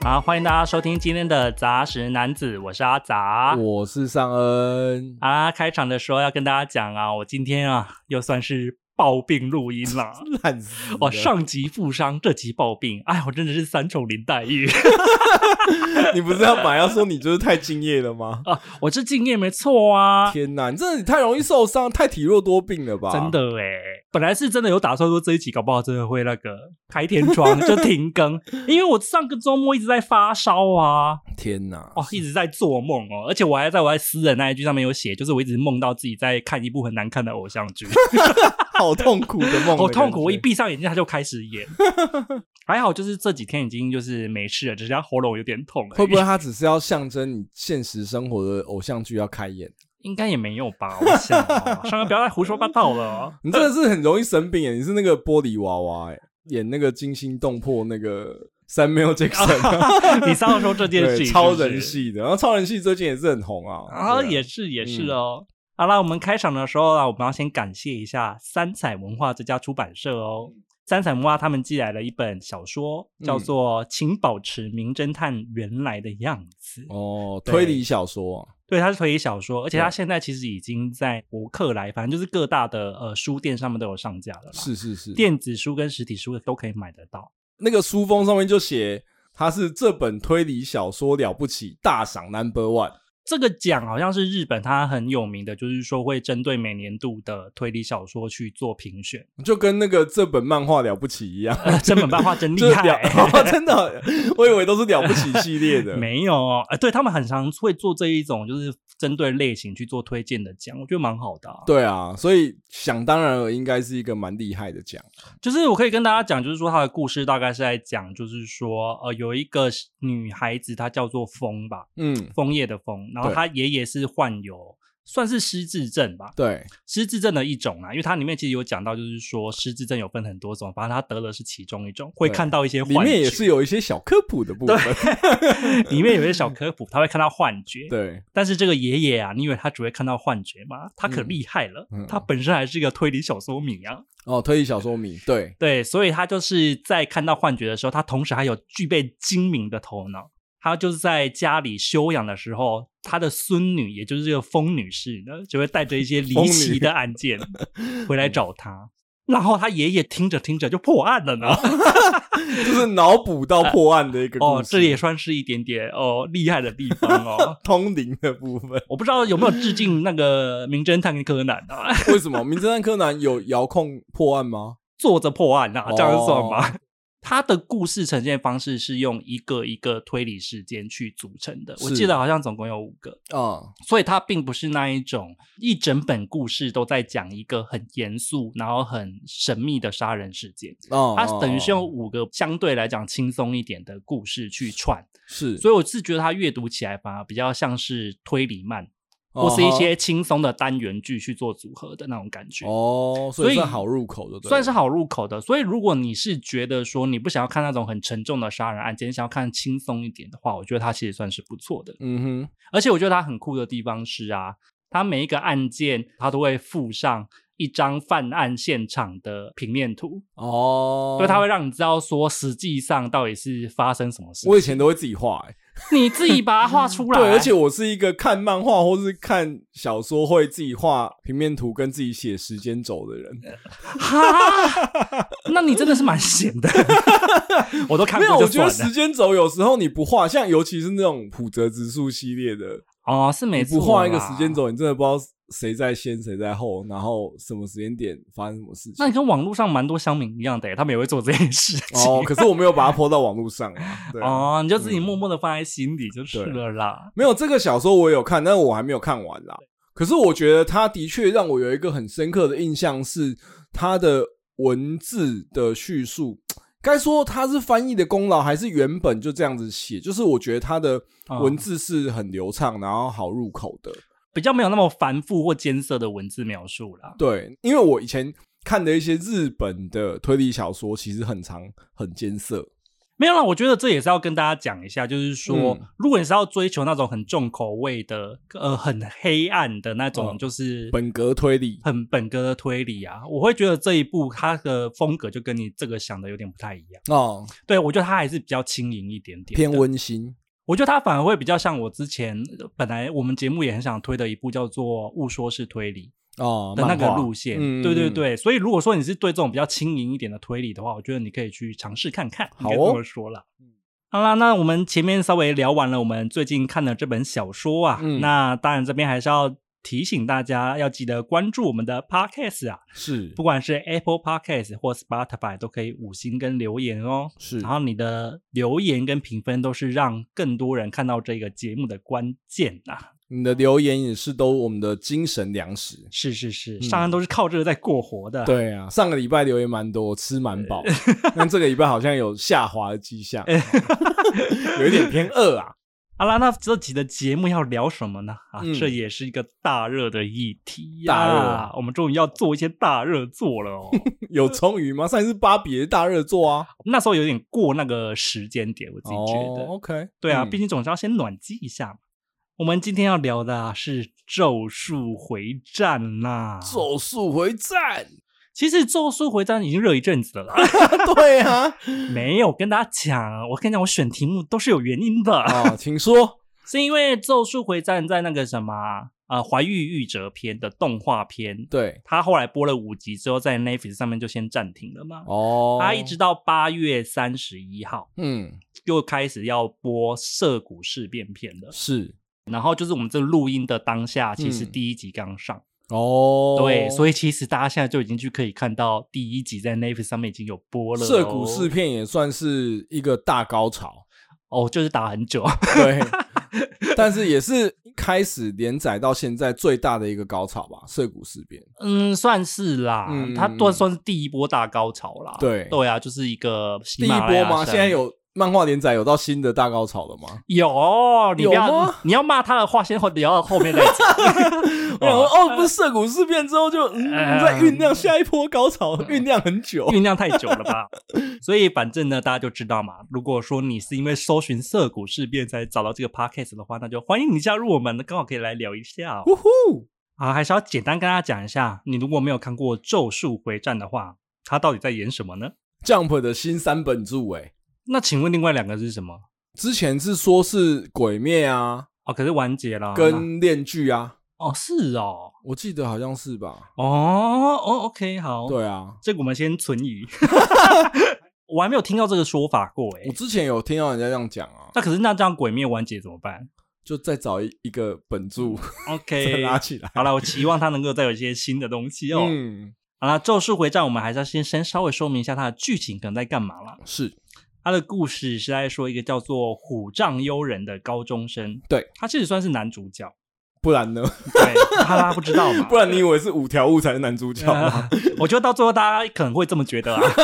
好，欢迎大家收听今天的杂食男子，我是阿杂。我是尚 恩，啊，开场的时候要跟大家讲啊，我今天啊又算是暴病录音 啦。烂死了！我上集负伤，这集暴病，哎，我真的是三重林黛 玉你不是要买要说你就是太敬业了吗？啊！我是敬业没错啊，天哪，你真的太容易受伤，太体弱多病了吧？真，的哎，本来是真的有打算说这一集搞不好真的会那个开天窗就停 更，因为我上个周末一直在发烧啊，天哪！哦，一直在做梦哦，而且我还在我在私人那一句上面有写，就是我一直梦到自己在看一部很难看的偶像剧，好痛苦的梦，好哦痛苦，我一闭上眼睛它就开始 演。还好，就是这几天已经就是没事了，只是它喉咙有点痛而已。会不会他只是要象征你现实生活的偶像剧要开演？应该也没有吧？我想、哦， 上哥不要再胡说八道了哦。你真的是很容易生病耶！你是那个玻璃娃娃耶，演那个惊心动魄那个 Samuel Jackson，啊你上次说这件事对，情，超是不是人系的。然后超人系最近也是很红啊，啊，对也是也是嗯哦。好啦，我们开场的时候啊，我们要先感谢一下三彩文化这家出版社哦。三彩文化他们寄来了一本小说，叫嗯做《请保持名侦探原来的样子》。哦，对推理小说啊，对，它是推理小说，而且它对现在其实已经在博客来，反正就是各大的呃书店上面都有上架了啦。是是是，电子书跟实体书都可以买得到。那个书封上面就写他是这本推理小说了不起大赏 Number One。这个奖好像是日本它很有名的，就是说会针对每年度的推理小说去做评选。就跟那个这本漫画了不起一样，呃，这本漫画真 就厉是害、了、哦真的，我以为都是了不起系列 的。没有哦，呃，对他们很常会做这一种，就是针对类型去做推荐的奖，我觉得蛮好的、啊。，对啊，所以想当然了，应该是一个蛮厉害的奖。就是我可以跟大家讲，就是说他的故事大概是在讲，就是说呃，有一个女孩子，她叫做枫吧，嗯，枫叶的枫，然后对她爷爷是患有。算是失智症吧，对，失智症的一种啦，啊因为它里面其实有讲到，就是说失智症有分很多种，反正他得的是其中一种，会对看到一些里幻觉，面也是有一些小科普的部分。里面有一些小科普，他会看到幻觉，对，但是这个爷爷啊，你以为他只会看到幻觉吗？他可嗯厉害了，嗯他本身还是一个推理小说迷啊。哦，推理小说迷，对，对，所以他就是在看到幻觉的时候，他同时还有具备精明的头脑。他就是在家里休养的时候，他的孙女，也就是这个疯女士呢，就会带着一些离疯女奇的案 件回来找他。然后他爷爷听着听着就破案了呢。 就是脑补到破案的一个啊故哦，事。。这也算是一点点哦厉害的地方哦 通灵的部分，我不知道有没有致敬那个名侦探柯南啊。为什么《名侦探柯南》有遥控破案吗？坐着破案啊，哦这样算吗？ 他的故事呈现方式是用一个一个推理事件去组成的，我是记得好像总共有五个，啊、所以它并不是那一种一整本故事都在讲一个很严肃然后很神秘的杀人事件，哦，它等于是哦用五个相对来讲轻松一点的故事去串，是，所以我是觉得它阅读起来反而比较像是推理漫哦或是一些轻松的单元剧去做组合的那种感觉。哦，所所以以算好入口的，算是好入口的。所以如果你是觉得说你不想要看那种很沉重的杀人案件，你想要看轻松一点的话，我觉得它其实算是不错的。嗯哼，而且我觉得它很酷的地方是啊，它每一个案件它都会附上。一张犯案现场的平面图，哦，所以它会让你知道说实际上到底是发生什么事。我以前都会自己画、欸，你自己把它画出来， 对，而且我是一个看漫画或是看小说会自己画平面图跟自己写时间轴的人，哈， 那你真的是蛮闲 的。我都看没有，过我就算觉得了时间轴有时候你不画，像尤其是那种普泽直树系列的，哦，是没你错啦。不画一个时间轴，你真的不知道谁在先谁在后，然后什么时间点发生什么事情那。你跟网络上蛮多乡民一样的耶，他们也会做这件事情。哦，可是我没有把它抛到网络上啊。对 啊哦你就自己默默的放在心里就是了啦。没有这个小说我有看，但我还没有看完啦。可是我觉得它的确让我有一个很深刻的印象是它的文字的叙述，该说它是翻译的功劳，还是原本就这样子写？就是我觉得它的文字是很流畅，然后好入口的。比较没有那么繁复或艰涩的文字描述啦。对，因为我以前看的一些日本的推理小说，其实很长很艰涩，没有啦，我觉得这也是要跟大家讲一下，就是说，嗯如果你是要追求那种很重口味的，呃，很黑暗的那种，哦就是本格推理，很本格的推理啊，我会觉得这一部它的风格就跟你这个想的有点不太一样。哦，对我觉得它还是比较轻盈一点点，偏。温馨。我觉得它反而会比较像我之前呃本来我们节目也很想推的一部叫做《误说式推理》哦，的那个漫画路线。嗯对对对，所以如果说你是对这种比较轻盈一点的推理的话，我觉得你可以去尝试看看。好哦应该这么说啦。好啦，那我们前面稍微聊完了我们最近看的这本小说啊，嗯那当然这边还是要提醒大家要记得关注我们的 podcast 啊，是不管是 Apple Podcast 或 Spotify 都可以五星跟留言哦。是然后你的留言跟评分都是让更多人看到这个节目的关键啊！你的留言也是都我们的精神粮食。是是是，嗯上岸都是靠这个在过活的。，对啊，上个礼拜留言蛮多，吃蛮饱，但这个礼拜好像有下滑的迹象，哎有一点偏饿啊。好啦，那这集的节目要聊什么呢？啊，嗯这也是一个大热的议题呀、大热啊我们终于要做一些大热做了 哦。有终于吗？上一次芭比也是大热做啊，那时候有点过那个时间点，我自己觉得。哦、OK，对啊，嗯毕竟总是要先暖机一下嘛。我们今天要聊的、啊、是《咒术回战》呐，咒术回战，其实《咒术回战》已经热一阵子了啦。对 啊，没有跟大家讲，我跟你讲，我选题目都是有原因的， 哦，请说，是因为《咒术回战》在那个什么呃《怀玉玉折篇》的动画片，对，它后来播了五集之后，在 Netflix 上面就先暂停了嘛。哦，它一直到八月三十一号嗯又开始要播涉谷事变片了。是然后就是我们这录音的当下，其实嗯第一集刚上，哦，对，所以以其实大家现在就已经去可以看到第一集在 Netflix 上面已经有播了、哦。涉谷事片也算是一个大高潮，哦，就是打很久， 对，但是也是一开始连载到现在最大的一个高潮吧，涉谷事变，嗯，算是啦，嗯它嗯都嗯算是第一波大高潮啦。对对啊，就是一个喜第一马拉雅波吗？山现在有漫画连载有到新的大高潮了吗？有，你不有要吗。你要骂他的话，先后聊到后面再讲 我想说，哦，不是涉谷事变之后就、嗯、呃在酝酿下一波高潮，酝酿很久。酝酿太久了吧？所以反正呢，大家就知道嘛。如果说你是因为搜寻涩谷事变才找到这个 podcast 的话，那就欢迎你加入我们，刚好可以来聊一下、哦。呜呼！啊，还是要简单跟大家讲一下，你如果没有看过《咒术回战》的话，它到底在演什么呢？ Jump 的新三本柱、欸，那请问另外两个是什么？之前是说是鬼灭啊，哦，可是完结了。那跟恋剧啊，哦是哦，我记得好像是吧？哦哦，OK，好，，对啊，这个我们先存疑。 我还没有听到这个说法过诶、我之前有听到人家这样讲啊，那可是那这样鬼灭完结怎么办就再找一一个本柱 再？OK，拉起来。好了，我期望它能够再有一些新的东西哦。嗯，好了，《咒术回战》我们还是要先先稍微说明一下它的剧情可能在干嘛啦。是它的故事是在说一个叫做虎杖悠人的高中生，对他其实算是男主角，不然呢？对，他他不知道嘛， 不然你以为是五条悟才是男主角啊吗？ 我觉得到最后大家可能会这么觉得啊。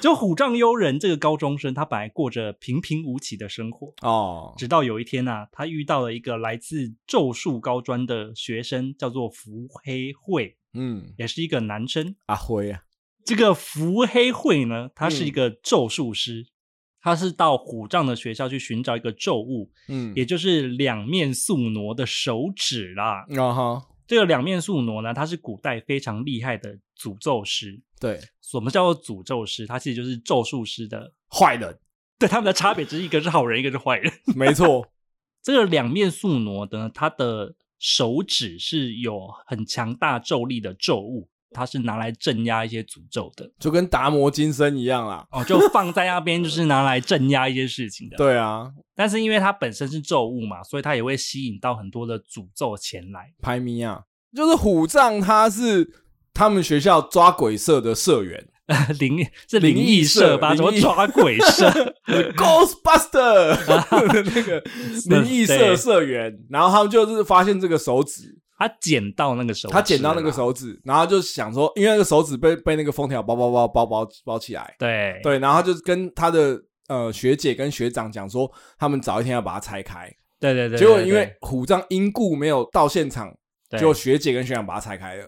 就虎杖悠人这个高中生，他本来过着平平无奇的生活， 哦，直到有一天啊，他遇到了一个来自咒术高专的学生，叫做福黑会，嗯，也是一个男生。阿辉啊，这个福黑会呢，他嗯是一个咒术师。他是到虎杖的学校去寻找一个咒物，嗯，也就是两面宿傩的手指啦。啊哈，这个两面宿傩呢，它是古代非常厉害的诅咒师。对，什么叫做诅咒师？它其实就是咒术师的，坏人，对他们的差别只是一个是好人，一个是坏人。 没错，这个两面宿傩的呢，它的手指是有很强大咒力的咒物，它是拿来镇压一些诅咒的。就跟达摩金身一样啦。哦，就放在那边就是拿来镇压一些事情的。，对啊，但是因为它本身是咒物嘛，所以它也会吸引到很多的诅咒前来。 排名啊，就是虎杖，他是他们学校抓鬼社的 社员灵是灵灵异异社社吧？什么灵异抓鬼社？ ，Ghostbuster 那个灵异社对社员，然后他们就是发现这个手指，他捡到那个手，他捡到那个，手指，然后就想说，因为那个手指被被那个封条包包包包包包起来，对对，然后他就跟他的。呃，学姐跟学长讲说，他们早一天要把它拆开。对对对。结果因对为虎杖因故没有到现场，对结果学姐跟学长把它拆开了，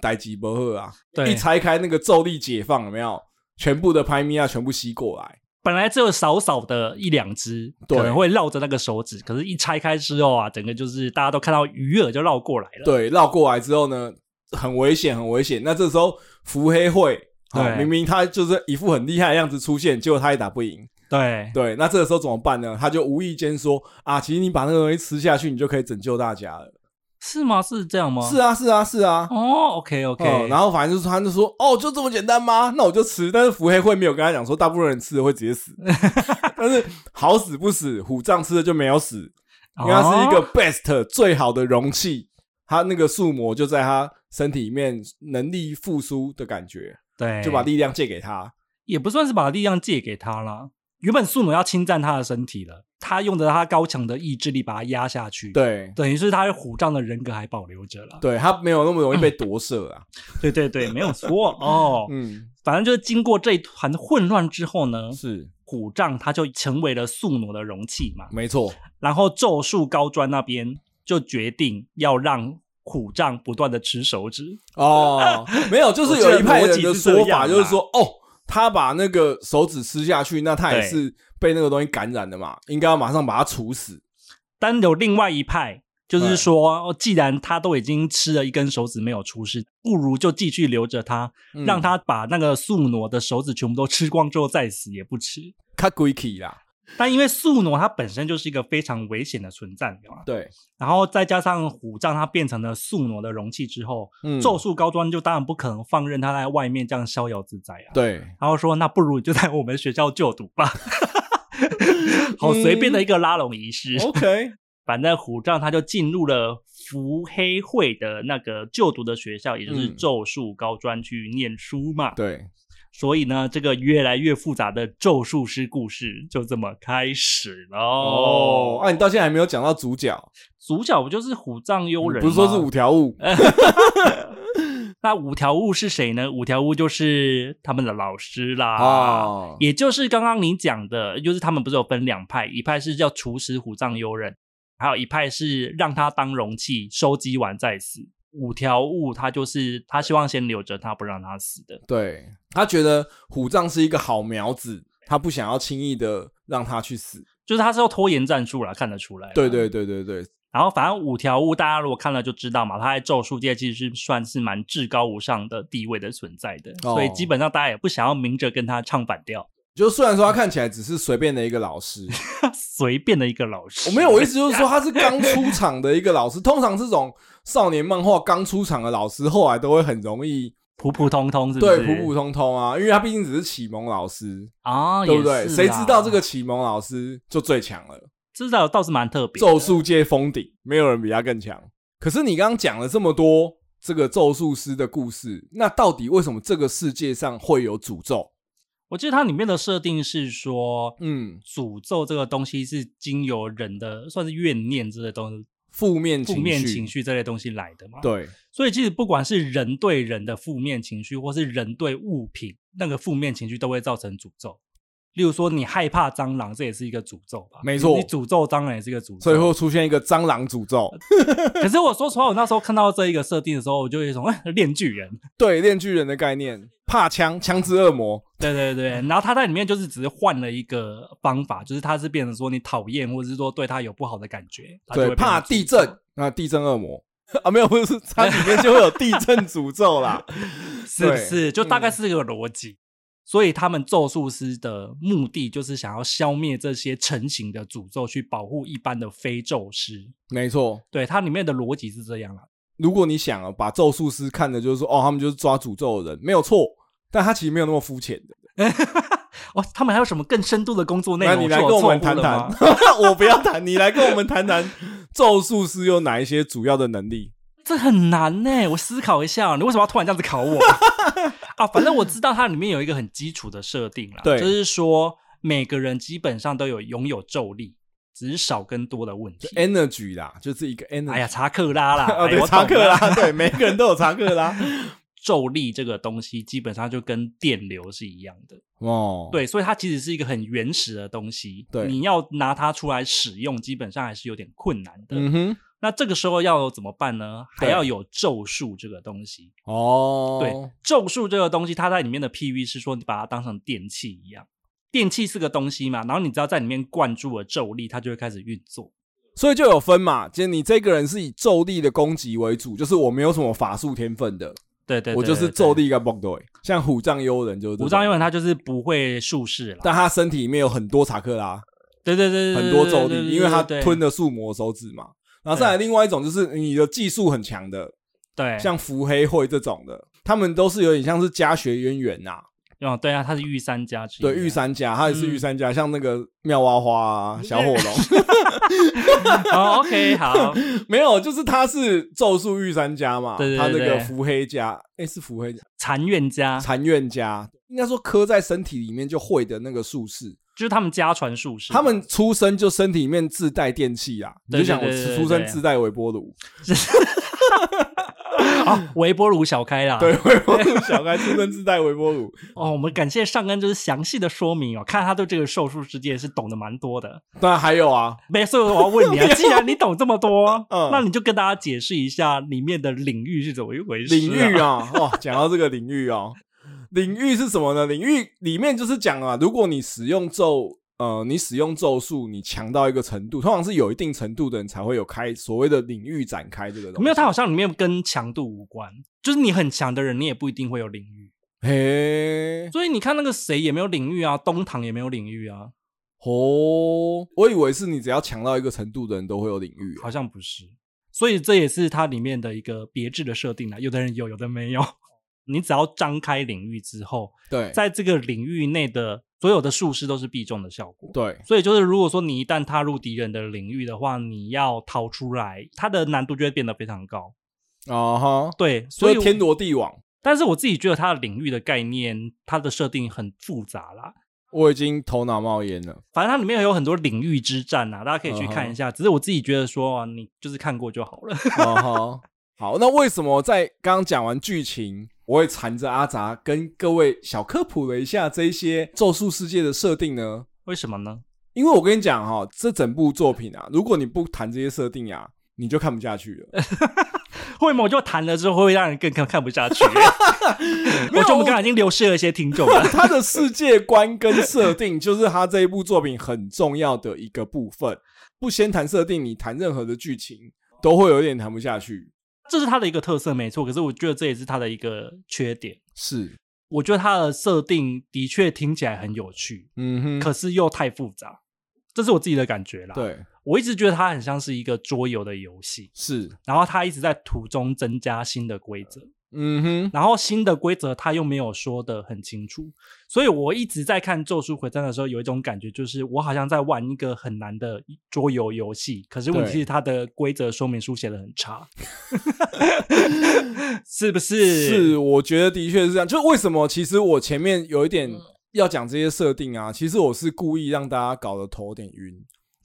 逮吉伯赫啊，对一拆开那个咒力解放有没有？全部的拍咪啊，全部吸过来，本来只有少少的一两只，对可能会绕着那个手指，可是一拆开之后啊，整个就是大家都看到鱼饵就绕过来了。对，绕过来之后呢，很危险，很危险。那这时候伏黑会，好、对明明他就是一副很厉害的样子出现，结果他也打不 赢。对对，那这个时候怎么办呢？他就无意间说啊，其实你把那个东西吃下去，你就可以拯救大家了。是吗？是这样吗？是啊，是啊，是啊。哦，OK 哦 OK，，然后反正就是他就说，哦，就这么简单吗？那我就吃。但是伏黑会没有跟他讲说，大部分人吃了会直 接死，但是好死不死，虎杖吃了就没有死，因为它是一哦个 best 最好的容器，它那个树魔就在它身体里面能力复苏的感觉，对，就把力量借给它。也不算是把力量借给他啦。原本宿傩要侵占他的身体了，他用着他高强的意志力把他压下去，，对，等于是他虎杖的人格还保留着了。对，它没有那 么容易被夺舍啊。对对对，没有错 哦。嗯，反正就是经过这一团混乱之后呢，是虎杖他就成为了宿傩的容器嘛。没错。然后咒术高专那边就决定要让虎杖不断的吃手指，哦，没有，就是有一派人的我记得逻辑是说法，这样啦就是说，哦，他把那个手指吃下去，那他也对是被那个嗯东西感染的嘛，应该要马上把它处死。但有另外一派，就是对说，哦既然他都已经吃了一根手指没有出事，不如就继续留着他，嗯让他把那个宿傩的手指全部都吃光之后再死也不迟。卡鬼气啦，但因为宿傩它本身就是一个非常危险的存在嘛，对，然后再加上虎杖它变成了宿傩的容器之后，嗯咒术高专就当然不可能放任它在外面这样逍遥自在啊。对，然后说那不如你就在我们学校就读吧， 好随便的嗯一个拉拢仪式。 OK，反正虎杖他就进入了伏黑会的那个就读的学校，也就是嗯咒术高专去念书嘛。 对，所以呢，这个越来越复杂的咒术师故事就这么开始了。哦，啊，你到现在还没有讲到主角，主角不就是虎杖悠人吗？哎不是说是五条悟， 那五条悟是谁呢？五条悟就是他们的老师啦。哦也就是刚刚你讲的，就是他们不是有分两派，一派是叫处死虎杖悠仁，还有一派是让他当容器，收集完再死。五条悟他就是他希望先留着他，不让他死的。对他觉得虎杖是一个好苗子，他不想要轻易的让他去死。就是他是要拖延战术啦，看得出来。对对。对对对，然后反正五条悟大家如果看了就知道嘛，他在咒术界其实是算是蛮至高无上的地位的存在的，哦所以基本上大家也不想要明着跟他唱反调。 就虽然说他看起来只是随便的一个老师，随便的一个老师。我没有，我意思就是说他是刚出场的一个老师。通常这种少年漫画刚出场的老师，后来都会很容易普普通通是不对是？普普通通啊，因为他毕竟只是启蒙老师，啊，对不对？也是啦谁知道这个？启蒙老师就最强了，知道倒是蛮特别的。咒术界封顶，没有人比他更强。可是你刚刚讲了这么多这个咒术师的故事，那到底为什么这个世界上会有诅咒？我记得它里面的设定是说，嗯，诅咒这个东西是经由人的算是怨念之类的东西、负面情负绪，面情绪这类东西来的嘛。，对所以其实不管是人对人的负面情绪，或是人对物品那个负面情绪，都会造成诅咒。例如说，你害怕蟑螂，这也是一个诅咒吧？没错你诅咒蟑螂也是一个诅咒。所以会出现一个蟑螂诅咒。可是我说实话，我那时候看到这一个设定的时候，我就有一种哎炼巨人，对，炼巨人的概念，怕枪，枪之恶魔。对对对，然后他在里面就是只是换了一个方法，就是他是变成说你讨厌，或者是说对他有不好的感觉，他就会对，怕变成地震啊，地震恶魔 啊，没有，不是，它里面就会有地震诅咒啦。是不对嗯是？就大概是这个逻辑。所以他们咒术师的目的就是想要消灭这些成型的诅咒，去保护一般的非咒师。没错，对，它里面的逻辑是这样啊。如果你想啊，把咒术师看的就是说，哦，他们就是抓诅咒的人，没有错，但他其实没有那么肤浅的。哦，他们还有什么更深度的工作内那容？你来是跟我错们过谈了谈，吗 我不要谈，你来跟我们谈谈咒术师有哪一些主要的能力？这很难呢、我思考一下，你为什么要突然这样子 考我啊？反正我知道它里面有一个很基础的设定啦，对就是说每个人基本上都有拥有咒力，只是少跟多的问题就。energy 啦，就是一个 energy。 哎呀，查克拉啦，啊，哎、对，我查懂克了 拉，对，每个人都有查克拉。咒力这个东西基本上就跟电流是一样的，哦，对，所以它其实是一个很原始的东西，对你要拿它出来使用，基本上还是有点困难的。嗯哼，那这个时候要怎么办呢？还对要有咒术这个东西，哦，对，咒术这个东西，它在里面的譬喻是说，你把它当成电器一样，电器是个东西嘛，然后你只要在里面灌注了咒力，它就会开始运作。所以就有分嘛。今天你这个人是以咒力的攻击为主，就是我没有什么法术天分的，对对我对就是对咒对力跟蹦对。像虎杖悠人就是这种五张，因为他就是不会术士啦。但他身体里面有很多查克拉，对对对，对很多对咒对力，对因为他对吞了树魔手指嘛。然后再来另外一种就是你的技术很强的，对，像伏黑会这种的，他们都是有点像是家学渊源呐、哦对啊，他是御三家之一啊，对，御嗯三家，他也是御三家，像那个妙蛙花啊、小 火龙，哦，OK，好，没有，就是他是咒术御三家嘛，对对他那对个对伏黑家，哎、是伏黑家禅院家残怨家，应该说刻在身体里面就会的那个术士，就是他们家传术士，他们出生就身体里面自带电器啊，你对就想我对对对出生对自带微 波炉，啊，微波炉小开啦。对，微波炉小孩出生自带微波炉，哦，我们感谢上根就是详细的说明哦，看他对这个兽术世界是懂得蛮多的。当然还有啊，没事，我要问你 啊，既然你懂这么多，嗯那你就跟大家解释一下里面的领域 是怎么一回事、领域啊，啊，哦，讲到这个领域哦，领域是什么呢？领域里面就是讲啊，如果你使用咒，呃，你使用咒术，你强到一个程度，通常是有一定程度的人才会有开所谓的领域展开这个东西。没有，它好像里面跟强度无关，就是你很强的人，你也不一定会有领域。嘿，所以你看那个谁也没有领域啊，东堂也没有领域啊，哦，我以为是你只要强到一个程度的人都会有领域啊、好像不是。所以这也是它里面的一个别致的设定啊，有的人有，有的没有。 你只要张开领域之后，对，在这个领域内的所有的术士都是必中的效果。对，所以就是，如果说你一旦踏入敌人的领域的话，你要逃出来，它的难度就会变得非常高。啊哈，对，所所以以天罗地网，但是我自己觉得它的领域的概念，它的设定很复杂啦。我已经头脑冒 烟了。反正它里面有很多领域之战啊，大家可以去看一下。只是我自己觉得说，啊你就是看过就好了。 哦吼，好，那为什么在刚刚讲完剧情，我会缠着阿杂跟各位小科普了一下这一些咒术世界的设定呢？为什么呢？因为我跟你讲哈、这整部作品啊，如果你不谈这些设定啊，你就看不下去了。会吗？我就谈了之后会让人更看看不下 去。我觉得我们刚才已经流失了一些听众了。 他的世界观跟设定，就是他这一部作品很重要的一个部分。不先谈设定，你谈任何的剧情，都会有点谈不下去。这是它的一个特色，没错。可是我觉得这也是它的一个缺点。是，我觉得它的设定的确听起来很有趣，嗯哼，可是又太复杂，这是我自己的感觉啦。，对，我一直觉得它很像是一个桌游的游戏，是，然后它一直在途中增加新的规则，嗯哼，然后新的规则它又没有说的很清楚，所以我一直在看《咒术回战》的时候，有一种感觉，就是我好像在玩一个很难的桌游游戏，可是问题对是它的规则说明书写的很 差，是不是？是，我觉得的确是这样。就是为什么，其实我前面有一点要讲这些设定啊，其实我是故意让大家搞得头有点晕，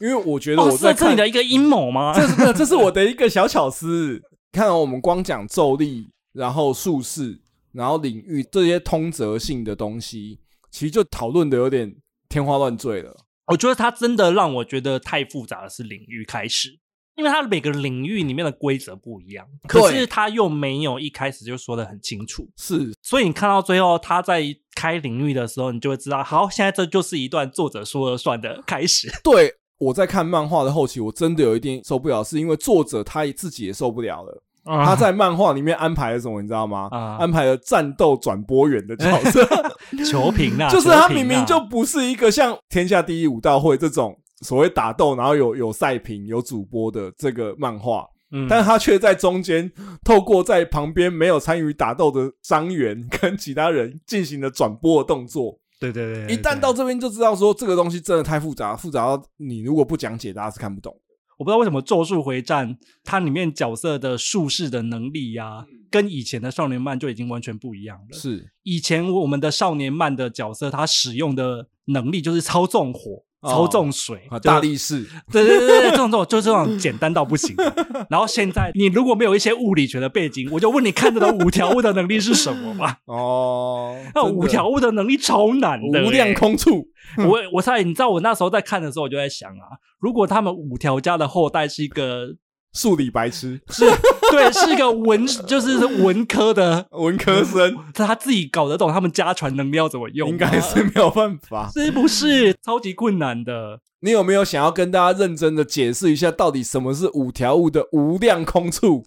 因为我觉得哦，我在是这看，你的一个阴谋吗？这 是这是我的一个小巧思。看哦，我们光讲咒力，然后术士，然后领域这些通则性的东西，其实就讨论的有点天花乱坠了。我觉得它真的让我觉得太复杂的是领域开始，因为它每个领域里面的规则不一样，可是它又没有一开始就说的很清楚，是，所以你看到最后他在开领域的时候，你就会知道，好，现在这就是一段作者说了算的开始。 对，我在看漫画的后期，我真的有一点受不了，是因为作者他自己也受不了了。他在漫画里面安排了什么，你知道吗？啊安排了战斗转播员的角 色， 求平啊， 就是他求平明啊明就不是一个像天下第一武道会这种所谓打斗，然后有有赛评、有主播的这个漫画，嗯但他却在中间透过在旁边没有参与打斗的张元跟其他人进行了转播的动作。对对对，对一旦到这边就知道说这个东西真的太复杂，复杂到你如果不讲解，大家是看不懂。我不知道为什么《咒术回战》它里面角色的术士的能力呀、跟以前的少年漫就已经完全不一样了。是以前我们的少年漫的角色，他使用的能力就是操纵火、哦操纵水、啊，就是大力士对对对对，这种这种就是这种简单到不行的。然后现在你如果没有一些物理学的背景，我就问你看得懂五条悟的能力是什么吗？哦， 那 真的五条悟的能力超难的、欸无量。空处，我我猜，你知道我那时候在看的时候，我就在想啊，如果他们五条家的后代是一个数理白痴，是对，是个文就是文科的，文 科生他自己搞得懂他们家传能力要怎么用吗，应该是没有办法。是不是超级困难的？你有没有想要跟大家认真的解释一下，到底什么是五条悟的无量空处？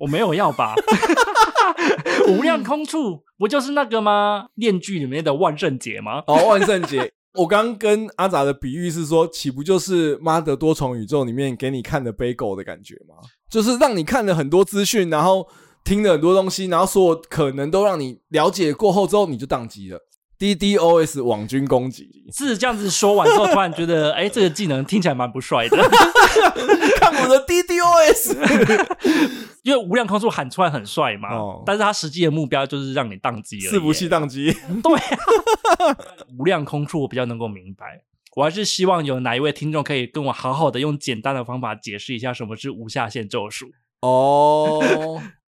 我没有要吧。 无量空处不就是那个吗？《恋剧里面的万圣节吗？哦，万圣节，我刚跟阿杂的比喻是说，岂不就是《妈的多重宇宙》里面给你看的 Bagel 的感觉吗？就是让你看了很多资讯，然后听了很多东西，然后所有可能都让你了解过后之后，你就宕机了。DDoS 网军攻击，是这样子说完之后，突然觉得，哎、这个技能听起来蛮不帅的，看我的 DDoS，因为无量空处喊出来很帅嘛。哦但是他实际的目标就是让你宕机而已耶。伺服器宕机。对、啊，无量空处我比较能够明白。我还是希望有哪一位听众可以跟我好好的用简单的方法解释一下什么是无下限咒术。哦，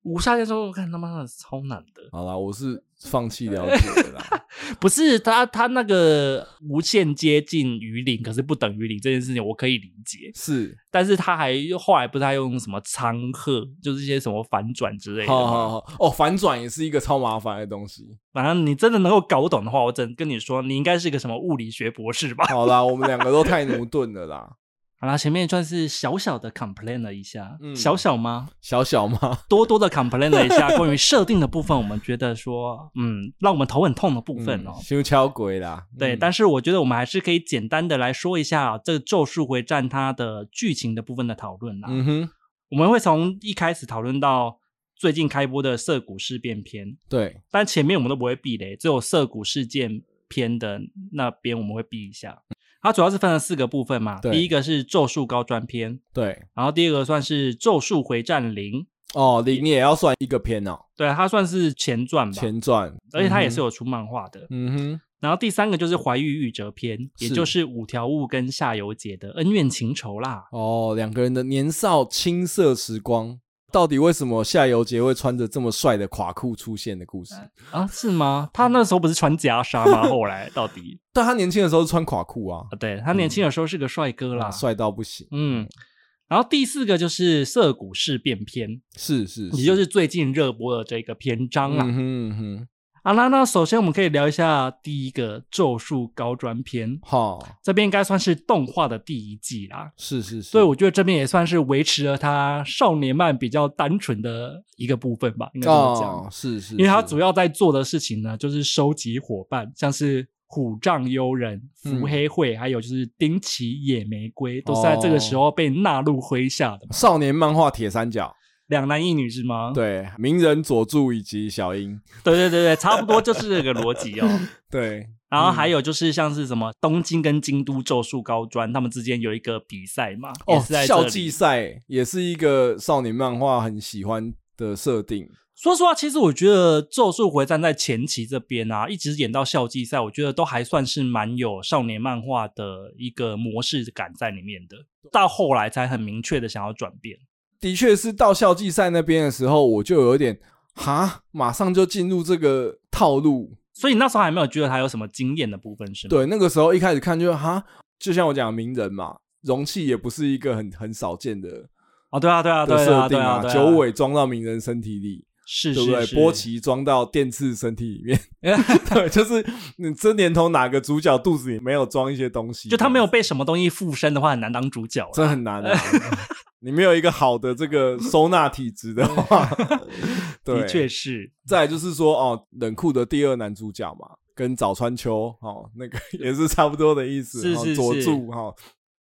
无下限咒术，看他妈的超难的，好啦，我是放弃了解了啦。不是他他那个无限接近于零，可是不等于零这件事情，我可以理解。是，但是他还后来不是还用什么仓鹤，就是一些什么反转之类的吗。好好好，哦，反转也是一个超麻烦的东西。反正你真的能够搞懂的话，我只能跟你说，你应该是个什么物理学博士吧。好啦，我们两个都太牛顿了啦。好啦，前面算是小小的 complain 了一下，嗯小小吗？小小吗？多多的 complain 了一下 关于设定的部分，我们觉得说，嗯，让我们头很痛的部分哦。嗯修敲鬼啦。对，嗯但是我觉得我们还是可以简单的来说一下、这个《咒术回战》它的剧情的部分的讨论啦。嗯哼，我们会从一开始讨论到最近开播的涩谷事变篇，对，但前面我们都不会避雷，只有涩谷事件篇的那边我们会避一下。它主要是分了四个部分嘛，对第一个是咒术高专篇，对，然后第二个算是咒术回战零，哦，零也要算一个篇哦，对，它算是前传吧，前传，而且它也是有出漫画的。嗯哼，嗯哼，然后第三个就是怀玉玉折篇，也是就是五条悟跟夏油杰的恩怨情仇啦。哦，两个人的年少青涩时光，到底为什么夏油杰会穿着这么帅的垮裤出现的故事？啊，是吗？他那时候不是穿袈裟吗？后来到 底但他年轻的时候是穿垮裤啊啊，，对他年轻的时候是个帅哥啦，帅到不行，嗯。然后第四个就是涩谷事变篇，是是，也就是啊最近热播的这个篇章啦。嗯哼嗯哼，好啦，那首先我们可以聊一下第一个《咒术高专篇》，好，这边应该算是动画的第一季啦，是是是，所以我觉得这边也算是维持了它少年漫比较单纯的一个部分吧，应该这么讲。哦，是是，因为它是主要在做的事情呢，就是收集伙伴，像是虎杖悠仁、嗯伏黑会，还有就是丁崎野玫瑰，都是在哦这个时候被纳入麾下的嘛。少年漫画铁三角，两男一女是吗？对，鸣人佐助以及小樱，对对对对，差不多就是这个逻辑 哦。对，然后还有就是像是什么东京跟京都咒术高专，他们之间有一个比赛嘛，也哦是在，这校里际赛也是一个少年漫画很喜欢的设定。说实话，其实我觉得《咒术回战》在前期这边啊，一直演到校际赛，我觉得都还算是蛮有少年漫画的一个模式感在里面的。到后来才很明确的想要转变。的确是到校际赛那边的时候，我就有点哈，马上就进入这个套路。所以那时候还没有觉得它有什么惊艳的部分，是吗？，对，那个时候一开始看就哈，就像我讲的鸣人嘛，容器也不是一个很很少见的哦，对啊，对啊，对的设啊，对定啊，对啊九尾装到鸣人身体里，是对是不对？是波，奇装到电刺身体里 面，对，就是你这年头哪个主角肚子里没有装一些东西？就他没有被什么东西附身的话，很难当主角了。这很难啊！你没有一个好的这个收纳体质的 话，对，的确。是，再来就是说，哦，冷酷的第二男主角嘛，跟早川秋哦，那个也是差不多的意思。是哦是佐是助哈、哦，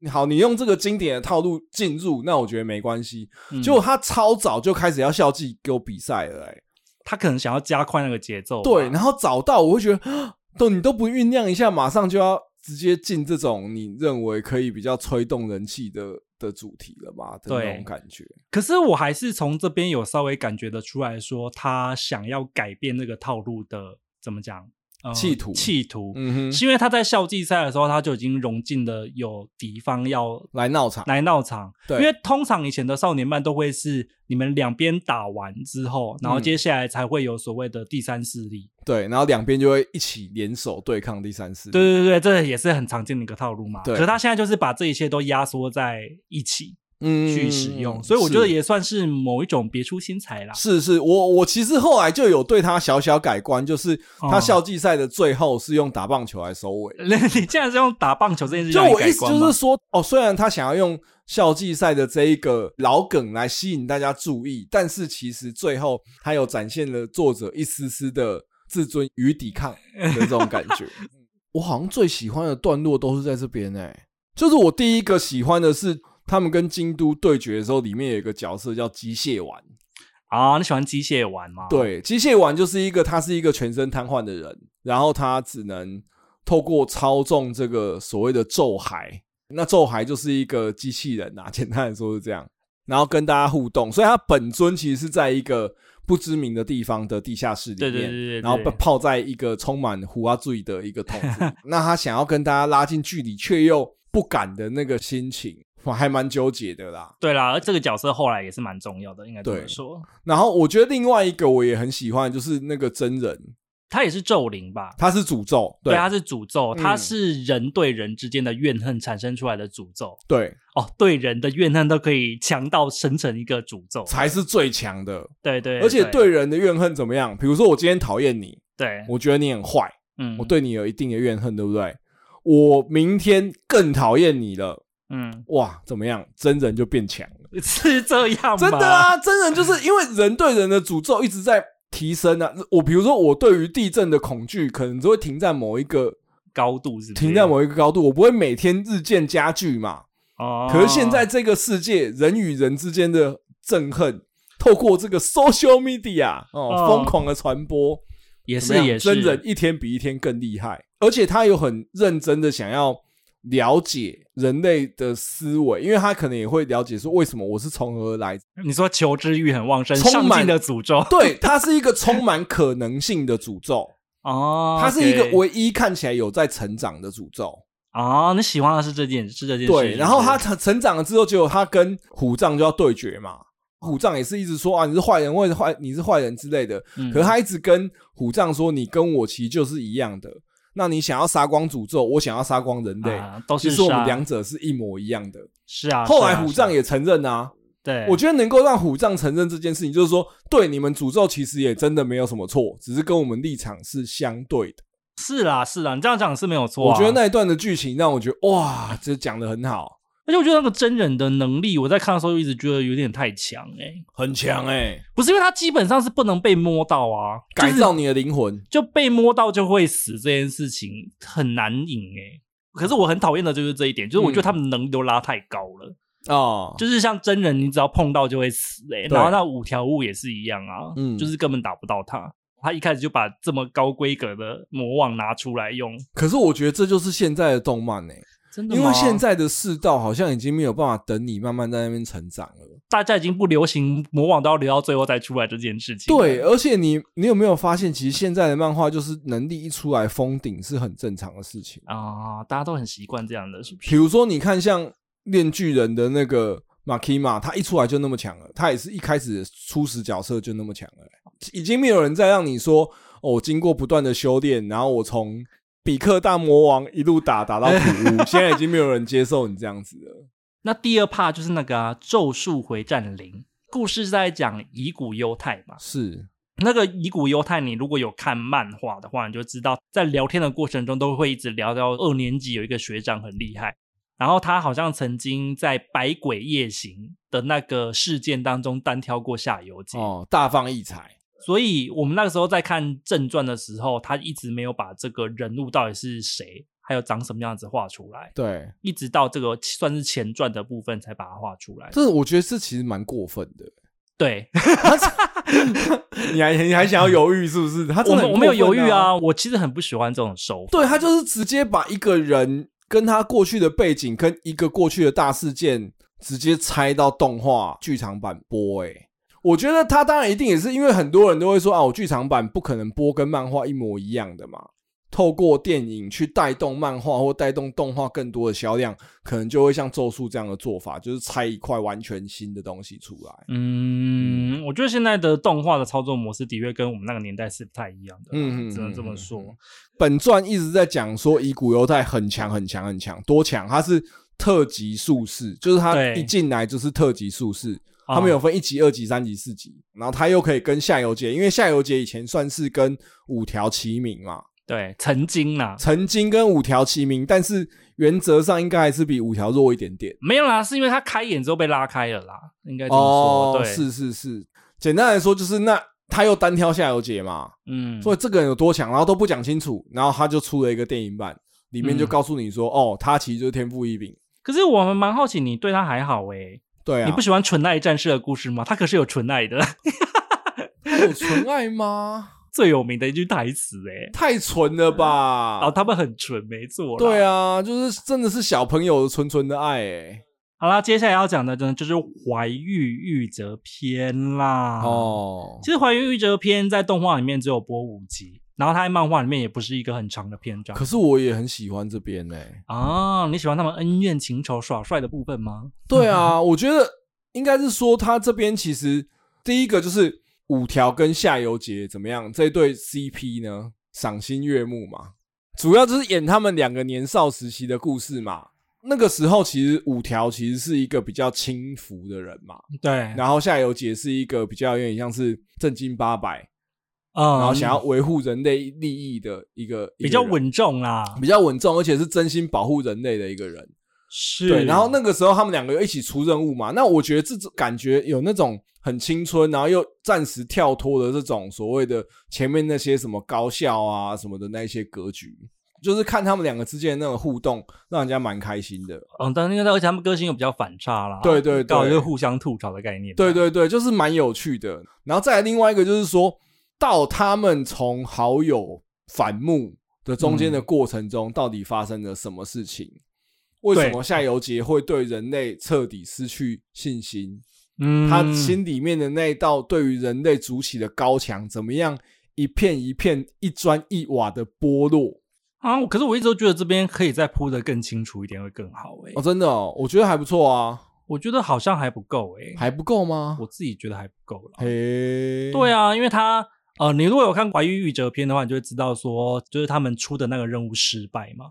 好，你用这个经典的套路进入，那我觉得没关系。嗯结果他超早就开始要校际给我比赛了、哎，他可能想要加快那个节奏吧。对，然后找到我会觉得， 都你都不酝酿一下，马上就要直接进这种你认为可以比较吹动人气的的主题了嘛的那对种感觉。可是我还是从这边有稍微感觉得出来说，他想要改变那个套路的怎么讲？呃企图企图、嗯哼，是因为他在校际赛的时候，他就已经融进了有敌方要来闹场，来闹场。对因为通常以前的少年漫都会是你们两边打完之后，然后嗯接下来才会有所谓的第三势力。对，然后两边就会一起联手对抗第三世。对对对，这也是很常见的一个套路嘛。对可是他现在就是把这一切都压缩在一起，嗯去使用，所以我觉得是也算是某一种别出心裁啦。是是，我我其实后来就有对他小小改观，就是他哦校际赛的最后是用打棒球来收尾。 你竟然是用打棒球这件事情就让你我改意思观就吗是说，哦，虽然他想要用校际赛的这一个老梗来吸引大家注意，但是其实最后他有展现了作者一丝丝的自尊与抵抗的这种感 觉。我好像最喜欢的段落都是在这边哎、就是我第一个喜欢的是他们跟京都对决的时候，里面有一个角色叫机械丸。啊，你喜欢机械玩吗？，对，机械丸就是一个他是一个全身瘫痪的人，然后他只能透过操纵这个所谓的咒骸，那咒骸就是一个机器人啊， 简单来说是这样，然后跟大家互动，所以他本尊其实是在一个不知名的地方的地下室里对面，对对对对然后被泡在一个充满胡阿醉的一个桶子里，那他想要跟大家拉近距离，却又不敢的那个心情，我还蛮纠结的啦。对啦，而这个角色后来也是蛮重要的，应该这么对说。然后我觉得另外一个我也很喜欢，就是那个真人，他也是咒灵吧？他是诅咒，对他是诅咒，嗯他是人对人之间的怨恨产生出来的诅咒。对，哦，对人的怨恨都可以强到生成一个诅咒，才是最强的。对对，而且对对人的怨恨怎么样？比如说，我今天讨厌你，对，我觉得你很坏，嗯，我对你有一定的怨恨，对不对？我明天更讨厌你了，嗯 哇，怎么样？真人就变强了，是这样吗，真的啊！真人就是因为人对人的诅咒一直在提升啊。我比如说，我对于地震的恐惧，可能只会停在某一个高度是不是停在某一个高度，我不会每天日渐加剧嘛。哦，可是现在这个世界，人与人之间的憎恨，透过这个 social media 哦哦疯、狂的传播，也怎么是样也是真人一天比一天更厉害，而且他有很认真的想要了解人类的思维，因为他可能也会了解说为什么我是从何 而来。你说求知欲很旺盛，充上满进的诅咒对，它是一个充满可能性的诅咒，哦，它是一个 OK 唯一看起来有在成长的诅咒。哦，你喜欢的是这件是这件事，对，然后他是成成长了之后，结果他跟虎杖就要对决嘛。虎杖也是一直说啊，你是坏人，或者是坏你是坏人之类的。嗯可是他一直跟虎杖说，你跟我其实就是一样的。那你想要杀光诅咒，我想要杀光人类，啊都其是实我们杀两者是一模一样的。是啊，后来是啊虎杖是啊也承认啊，对，我觉得能够让虎杖承认这件事情，就是说，对你们诅咒其实也真的没有什么错，只是跟我们立场是相对的。是啦是啦，你这样讲是没有错我啊，觉得那一段的剧情让我觉得哇，这讲的很好，而且我觉得那个真人的能力，我在看的时候一直觉得有点太强哎、很强哎、不是因为他基本上是不能被摸到啊，改就是造你的灵魂。就被摸到就会死这件事情很难赢哎、可是我很讨厌的就是这一点，就是我觉得嗯他们能力都拉太高了，哦，就是像真人，你只要碰到就会死哎、对然后那五条悟也是一样啊，嗯就是根本打不到他。他一开始就把这么高规格的魔网拿出来用，可是我觉得这就是现在的动漫呢、真的吗因为现在的世道好像已经没有办法等你慢慢在那边成长了。大家已经不流行魔网都要留到最后再出来这件事情了，对，而且你你有没有发现，其实现在的漫画就是能力一出来封顶是很正常的事情。啊、大家都很习惯这样的，是不比是？如说，你看像《炼巨人》的那个马基玛，他一出来就那么强了，他也是一开始初始角色就那么强了，已经没有人再让你说哦，经过不断的修炼，然后我从比克大魔王一路打打到普 乌，现在已经没有人接受你这样子了。那第二 part 就是那个啊、咒术回战零》，故事是在讲乙骨犹太嘛。是，那个乙骨犹太，你如果有看漫画的话，你就知道，在聊天的过程中都会一直聊到二年级有一个学长很厉害，然后他好像曾经在百鬼夜行的那个事件当中单挑过夏油杰。哦，大放异彩。所以我们那个时候在看正传的时候，他一直没有把这个人物到底是谁，还有长什么样子画出来，对，一直到这个算是前传的部分才把它画出来。这我觉得这其实蛮过分的。对， 你还你还想要犹豫是不是？他我真的、们我没有犹豫。啊，我其实很不喜欢这种手法。对他就是直接把一个人跟他过去的背景跟一个过去的大事件直接拆到动画剧场版播、欸。我觉得他当然一定也是因为很多人都会说啊，我剧场版不可能播跟漫画一模一样的嘛。透过电影去带动漫画或带动动画更多的销量，可能就会像《咒术》这样的做法，就是拆一块完全新的东西出来。嗯，我觉得现在的动画的操作模式的确跟我们那个年代是不太一样的，嗯嗯嗯，只能这嗯嗯么说。本传一直在讲说乙骨犹太很强很强很强多强，他是特级术士，就是他对一进来就是特级术士，啊他们有分一级、二级、三级、四级，然后他又可以跟夏油杰，因为夏油杰以前算是跟五条齐名嘛，对曾经啦，曾经跟五条齐名，但是原则上应该还是比五条弱一点点。没有啦，是因为他开眼之后被拉开了啦，应该这么说，哦，对，是是是，简单来说就是那他又单挑夏油杰嘛，嗯，所以这个人有多强，然后都不讲清楚，然后他就出了一个电影版，里面就嗯告诉你说，哦，他其实就是天赋异禀。可是我们蛮好奇，你对他还好诶、对啊，你不喜欢纯爱战士的故事吗？他可是有纯爱的，他有纯爱吗？最有名的一句台词诶、 太纯了吧！哦，他们很纯，没错。啊对啊，啊，就是真的是小朋友纯纯的爱、欸，好啦，接下来要讲的呢就是《怀玉玉则篇》啦。，哦，其实《怀玉玉则篇》在动画里面只有播五集，然后它在漫画里面也不是一个很长的篇章可。是我也很喜欢这边欸呢、啊，你喜欢他们恩怨情仇耍帅的部分吗？对啊，我觉得应该是说他这边其实第一个就是五条跟夏油杰怎么样这对 CP 呢，赏心悦目嘛。主要就是演他们两个年少时期的故事嘛。那个时候其实五条其实是一个比较轻浮的人嘛，对，然后夏油杰是一个比较有点像是正经八百，嗯，然后想要维护人类利益的一个比较、一个人嗯稳重啦，比较稳重，而且是真心保护人类的一个人。是。对，然后那个时候他们两个又一起出任务嘛，那我觉得这种感觉有那种很青春，然后又暂时跳脱的这种所谓的前面那些什么高校啊什么的那一些格局，就是看他们两个之间的那种互动，让人家蛮开心的。嗯，但那个而且他们个性又比较反差啦，对对对搞一个互相吐槽的概念。对对对，就是蛮有趣的。然后再来另外一个就是说，到他们从好友反目的中间的嗯过程中，到底发生了什么事情？为什对么夏油杰会对人类彻底失去信心？嗯，他心里面的那一道对于人类筑起的高墙，怎么样一片一片、一砖一瓦的剥落？啊，我可是我一直都觉得这边可以再铺的更清楚一点会更好诶、哦，真的哦，我觉得还不错啊，我觉得好像还不够诶、还不够吗？我自己觉得还不够啦。嘿，对啊，啊，因为他呃，你如果有看《怀玉玉折篇》的话，你就会知道说，就是他们出的那个任务失败嘛。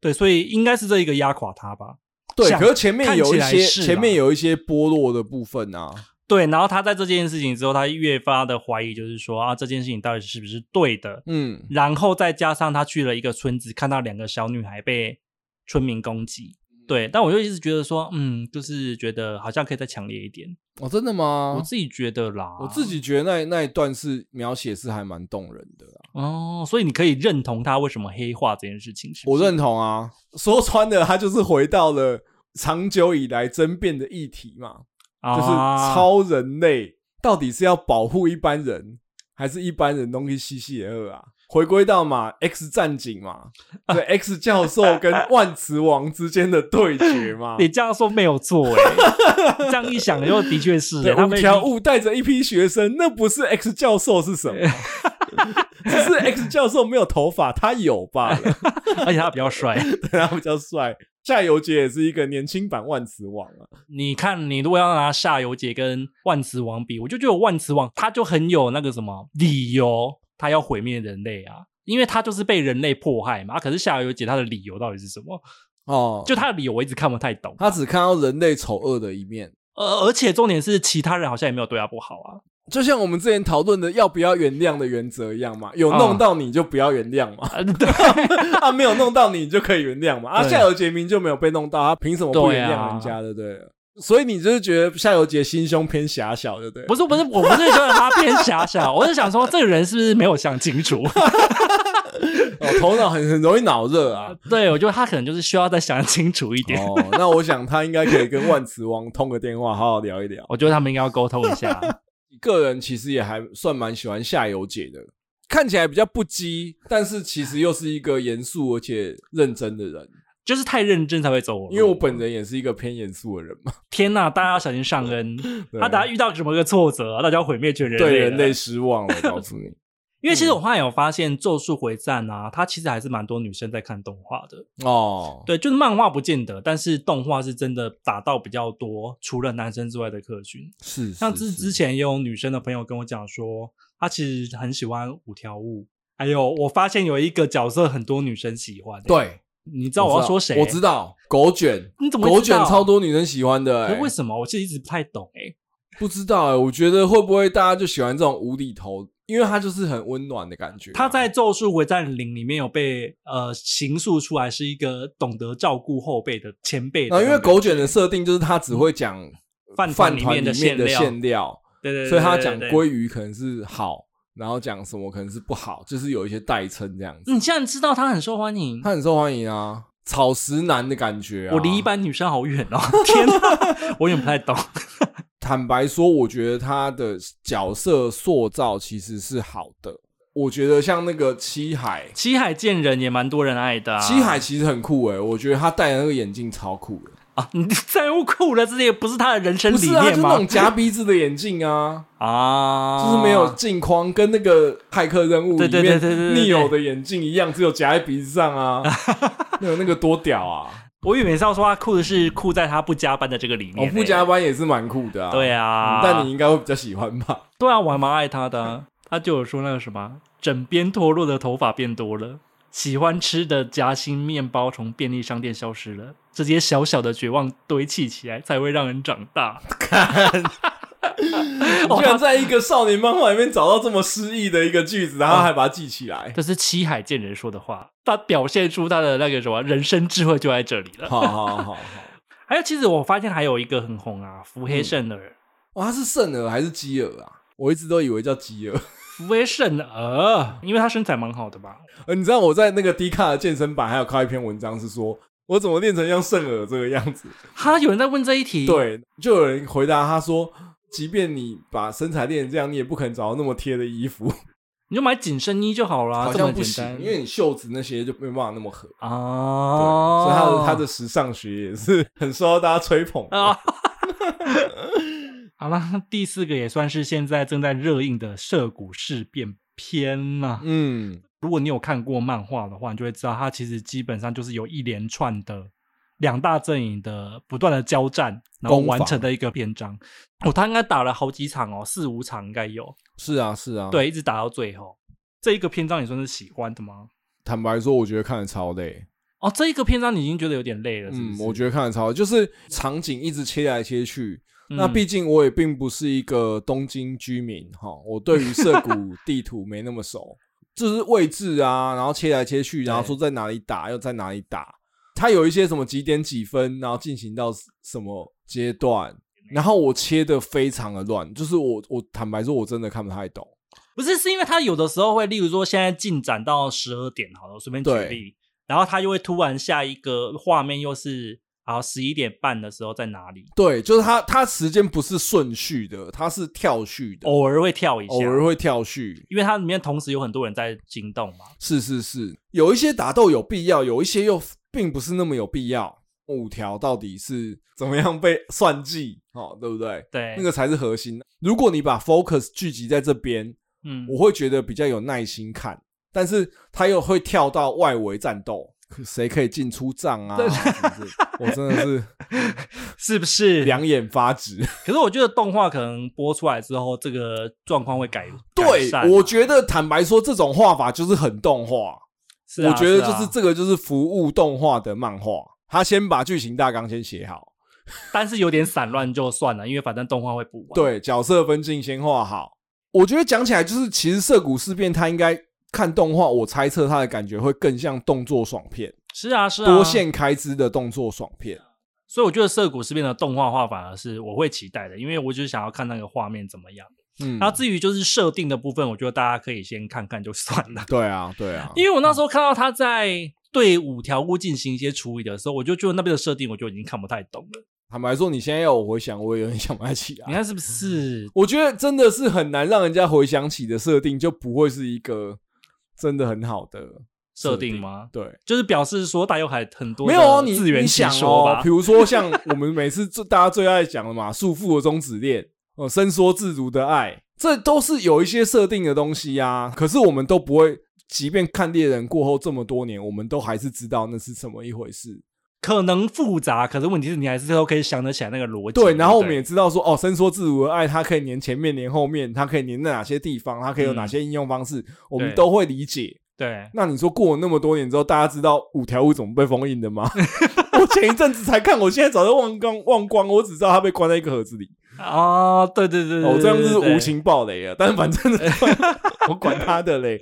对，所以应该是这一个压垮他吧。对，想可是前面有一看起来些是啊前面有一些剥落的部分啊，对，然后他在这件事情之后，他越发的怀疑，就是说啊，这件事情到底是不是对的？嗯，然后再加上他去了一个村子，看到两个小女孩被村民攻击。嗯对，但我就一直觉得说，嗯，就是觉得好像可以再强烈一点。哦，真的吗？我自己觉得啦，我自己觉得那那一段是描写是还蛮动人的啊、哦，所以你可以认同他为什么黑化这件事情是不我是认同啊。说穿了，他就是回到了长久以来争辩的议题嘛。就是啊。超人类到底是要保护一般人，还是一般人东西吸吸二啊？回归到嘛 X 战警嘛，对 X 教授跟万磁王之间的对决嘛 你这样说没有错 哎、这样一想又的确是、对，欸，他五们条 悟带着一批学生，那不是 X 教授是 什么？只是 X 教授没有头发，他有罢 了。而且他比较帅。对他比较帅。夏油杰也是一个年轻版万磁王啊。你看，你如果要拿夏油杰跟万磁王比，我就觉得万磁王他就很有那个什么理由，他要毁灭人类啊，因为他就是被人类迫害嘛。啊可是夏油杰他的理由到底是什么？哦，就他的理由我一直看不太懂。他只看到人类丑恶的一面，呃，而且重点是其他人好像也没有对他不好啊。 就像我们之前讨论的要不要原谅的原则一样嘛，有弄到你就不要原谅嘛， 啊对啊没有弄到你就可以原谅嘛，啊对夏油杰明就没有被弄到，他凭什么不对原啊谅人家的？对了，所以你就是觉得夏油杰心胸偏狭小，对不对？不是不是，我不是觉得他偏狭小，我是想说这个人是不是没有想清楚？ 哦，头脑很很容易脑热 啊。对，我觉得他可能就是需要再想清楚一点。哦，那我想他应该可以跟万磁王通个电话，好好聊一聊。我觉得他们应该要沟通一下。 个人其实也还算蛮喜欢夏油姐的，看起来比较不羁，但是其实又是一个严肃而且认真的人。就是太认真才会走我路。因为我本人也是一个偏严肃的人嘛，天呐，大家要小心 上恩。对他等下遇到什么个挫折、啊，大家要毁灭全人类。对人类，嗯失望了，我告诉 你。因为其实我后来有发现，《咒术回战》啊，它其实还是蛮多女生在看动画的。哦，对，就是漫画不见得，但是动画是真的打到比较多，除了男生之外的客群。是像之之前前也有女生的朋友跟我讲说，她其实很喜欢五条悟，还有我发现有一个角色很多女生喜欢、对啊你知道我要说谁？我知道狗卷，你怎么会狗知卷道超多女生喜欢的、可欸，是为什么？我其实一直不太懂哎、不知道、欸，我觉得会不会大家就喜欢这种无厘头，因为它就是很温暖的感觉啊、他在《咒术回战零》里面有被呃形塑出来是一个懂得照顾后辈的前辈的那那种哦因感觉，为狗卷的设定就是他只会讲饭饭里团面里的馅面的料，馅料，对对对，所以他讲对。对鲑对鱼可能是好，然后讲什么可能是不好，就是有一些代称这样子。你竟嗯然知道他很受欢迎他，很受欢迎啊，草食男的感觉啊。我离一般女生好远哦！天哪，我有点不太懂。坦白说，我觉得他的角色塑造其实是好的。我觉得像那个七海，七海见人也蛮多人爱的、啊，七海其实很酷诶、我觉得他戴的那个眼镜超酷的，啊，你在乎酷了，这也不是他的人生不理是啊，念就吗那？种夹鼻子的眼 镜啊，啊，就是没有镜框，跟那个骇客任务对里对面对对对对对逆友的眼镜一样，只有夹在鼻子 上啊，那个那个多屌啊！我以为是要说他酷的是酷在他不加班的这个理哦念、，不加班也是蛮酷的啊，欸， 对啊嗯，但你应该会比较喜 欢吧？对啊，我还蛮爱他的啊、他就有说那个什么，枕边脱落的头发变多了，喜欢吃的夹心面包从便利商店消失了，这些小小的绝望堆砌起来才会让人长大。你居然在一个少年漫画里面找到这么诗意的一个句子，然后还把它记起 来。这是七海健人说的话，他表现出他的那个什么人生智慧就在这里 了。好好好好，还有，其实我发现还有一个很红啊，福黑圣嗯儿，哇，他是圣鹅还是基尔啊？我一直都以为叫基尔。 福黑圣儿，因为他身材蛮好的吧？呃，你知道我在那个 D 卡的健身版还有看到一篇文章，是说我怎么练成像圣鹅这个样 子？哈，有人在问这一题，，对，就有人回答他说，即便你把身材练成这样，你也不可能找到那么贴的衣服，你就买紧身衣就好 了啊，好这么像不简单行，因为你袖子那些就没有办法那么合。啊，对哦所以他的他的时尚学也是很受到大家吹 捧的。啊。 好了，那第四个也算是现在正在热映的《涉谷事变篇》呐。嗯，如果你有看过漫画的话，你就会知道，它其实基本上就是有一连串的两大阵营的不断的交战，然后攻防完成的一个篇章。哦，他应该打了好几场哦，四五场应该有，是啊，是啊。，对，一直打到最后。这一个篇章你算是喜欢的吗？坦白说，我觉得看的超累。哦，这一个篇章你已经觉得有点累了，是不嗯，是？我觉得看的超累，就是场景一直切来切去。嗯那毕竟我也并不是一个东京居民哈，我对于 涩谷地图没那么熟，就是位置啊，然后切来切去，然后说在哪里打，又在哪里打。它有一些什么几点几分，然后进行到什么阶段，然后我切的非常的乱，就是我我坦白说，我真的看不太懂。不是，是因为他有的时候会，例如说现在进展到十二点，好了，我随便举对例，然后他就会突然下一个画面又是，好十一点半的时候在哪里，对，就是它它时间不是顺序的，它是跳序的，偶尔会跳一下，偶尔会跳序，因为它里面同时有很多人在行动嘛。是是是，有一些打斗有必要，有一些又并不是那么有必要。五条到底是怎么样被算计？哦，对不对？对，那个才是核心。如果你把 focus 聚集在这边，嗯，我会觉得比较有耐心看，但是他又会跳到外围战斗，可谁可以进出账啊？是不是我真的是是不是？两眼发直。可是我觉得动画可能播出来之后，这个状况会改。 改对善啊，我觉得坦白说，这种画法就是很动画。是啊、我觉得啊就是这个就是服务动画的漫画，他先把剧情大纲先写好，但是有点散乱就算了，因为反正动画会补完。，对角色分镜先画好。我觉得讲起来就是，其实《涉谷事变》他应该看动画，我猜测他的感觉会更像动作爽片，是啊，是啊，多线开支的动作爽片。所以我觉得《涩谷事变》的动画化反而是我会期待的，因为我就是想要看那个画面怎么样。嗯，然后至于就是设定的部分，我觉得大家可以先看看就 算了。对啊，对啊，因为我那时候看到他在对五条悟进行一些处理的时候，我就觉得那边的设定我就已经看不太懂了。坦白说，你现在要我回想，我也有点想不太起你来。看是不是？我觉得真的是很难让人家回想起的设定，就不会是一个真的很好的设定吗？对。就是表示说他有很很多没有哦，的你自圆你其想说哦吧，比。如说像我们每次最大家最爱讲的嘛，束缚的终止恋，哦、伸缩自如的爱，这都是有一些设定的东西呀、可是我们都不会，即便看猎人过后这么多年，我们都还是知道那是什么一回事。可能复杂，可是问题是你还是都可以想得起来那个逻辑。对，然后我不们也知道说，哦，伸缩自如的爱，它可以粘前面，粘后面，它可以粘在哪些地方，它可以有哪些应用方式，我嗯们对都会理解。对，那你说过了那么多年之后，大家知道五条悟怎么被封印的吗？ 我前一阵子才看，我现在早就忘光忘光，我只知道他被关在一个盒子里。哦，对对对，对哦，这样子是对对无情暴雷啊！但是 反正我管他的嘞。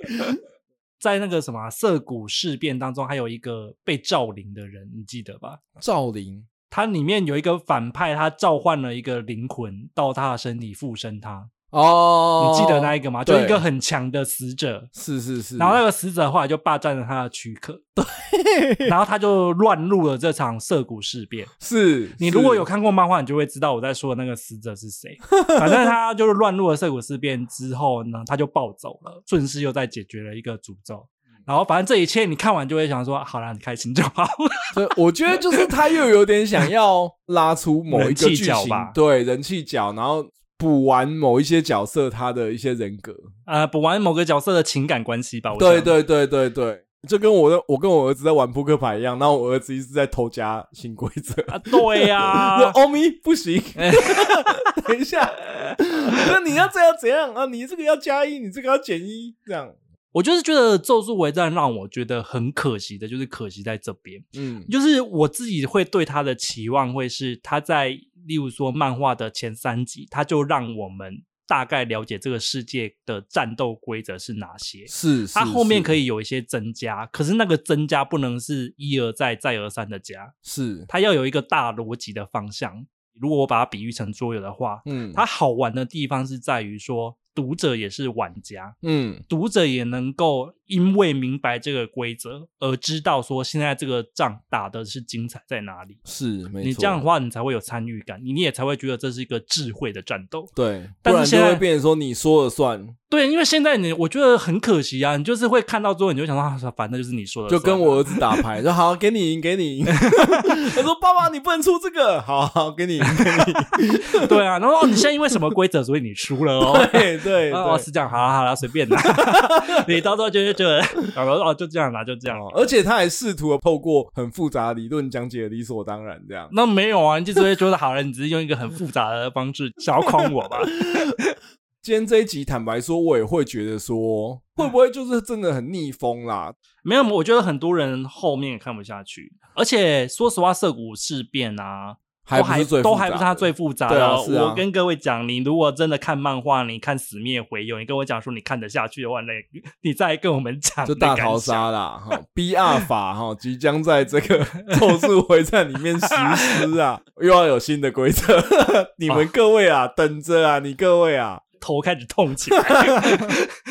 在那个什么啊涩谷事变当中，还有一个被召灵的人，你记得吧？赵灵，它里面有一个反派，他召唤了一个灵魂到他的身体附身他，哦你记得那一个吗？就对一个很强的死者，是是是，然后那个死者后来就霸占了他的躯壳，对，然后他就乱入了这场涩谷事变。是你如果有是看过漫画，你就会知道我在说的那个死者是谁。 反正他就是乱入了涩谷事变之后呢，他就暴走了，顺势又再解决了一个诅咒。嗯然后反正这一切你看完就会想说，好啦，你开心就好。所以我觉得就是他又有点想要拉出某一个剧 人气角情吧，对人气角，然后补完某一些角色他的一些人格。 呃，补完某个角色的情感关系吧。我对想，对对对对，就跟我的我跟我儿子在玩扑克牌一样，那我儿子一直在偷加新规则。啊，哎对呀、 说欧咪 不行，等一下，那你要这样怎样啊？你这个要加一，你这个要减一，这样，我就是觉得《咒术回战》让我觉得很可惜的，就是可惜在这边，嗯就是我自己会对他的期望会是他在例如说漫画的前三集，他就让我们大概了解这个世界的战斗规则是哪些。是，它后面可以以有一些增加，可是那个增加不能是一而再、再而三的加，是，它要有一个大逻辑的方向。如果我把它比喻成桌游的话，嗯，它好玩的地方是在于说，读者也是玩家，嗯读者也能够因为明白这个规则而知道说现在这个仗打的是精彩在哪里。是，没错，你这样的话，你才会有参与感，你也才会觉得这是一个智慧的战斗。对，不但是然就现在会变成说你说了算，对，因为现在你我觉得很可惜啊，你就是会看到之后，你就想到，啊反正就是你说的就算了，跟我儿子打牌，说好给你赢，给 你赢。他说爸爸你不能出这个，好好给你赢，给你赢。对啊。然后、哦、你现在因为什么规则，所以你输了哦。 对哎对哦，对。是这样，好了好了，随便啦。 你到时候就会觉得，然后哦，就这样啦，就这样啦。而且他还试图透过很复杂的理论讲解理所当然这样。那没有啊，你就只会觉得好了，你只是用一个很复杂的方式 想要诓我吧？今天这一集，坦白说，我也会觉得说，会不会就是真的很逆风啦？没有，我觉得很多人后面也看不下去，而且说实话，涩谷事变啊，还都不是最都复杂还不是它的最复杂对的啊哦。是啊我跟各位讲，你如果真的看漫画，你看《死灭回游》，你跟我讲说你看得下去的话，那你再跟我们讲就你的大感想，逃杀啦，哈，B R 法哈，即将在这 个咒术回战里面实施啊，又要有新的规则， 你们各位啊，等着啊，你各位啊。头开始痛起来。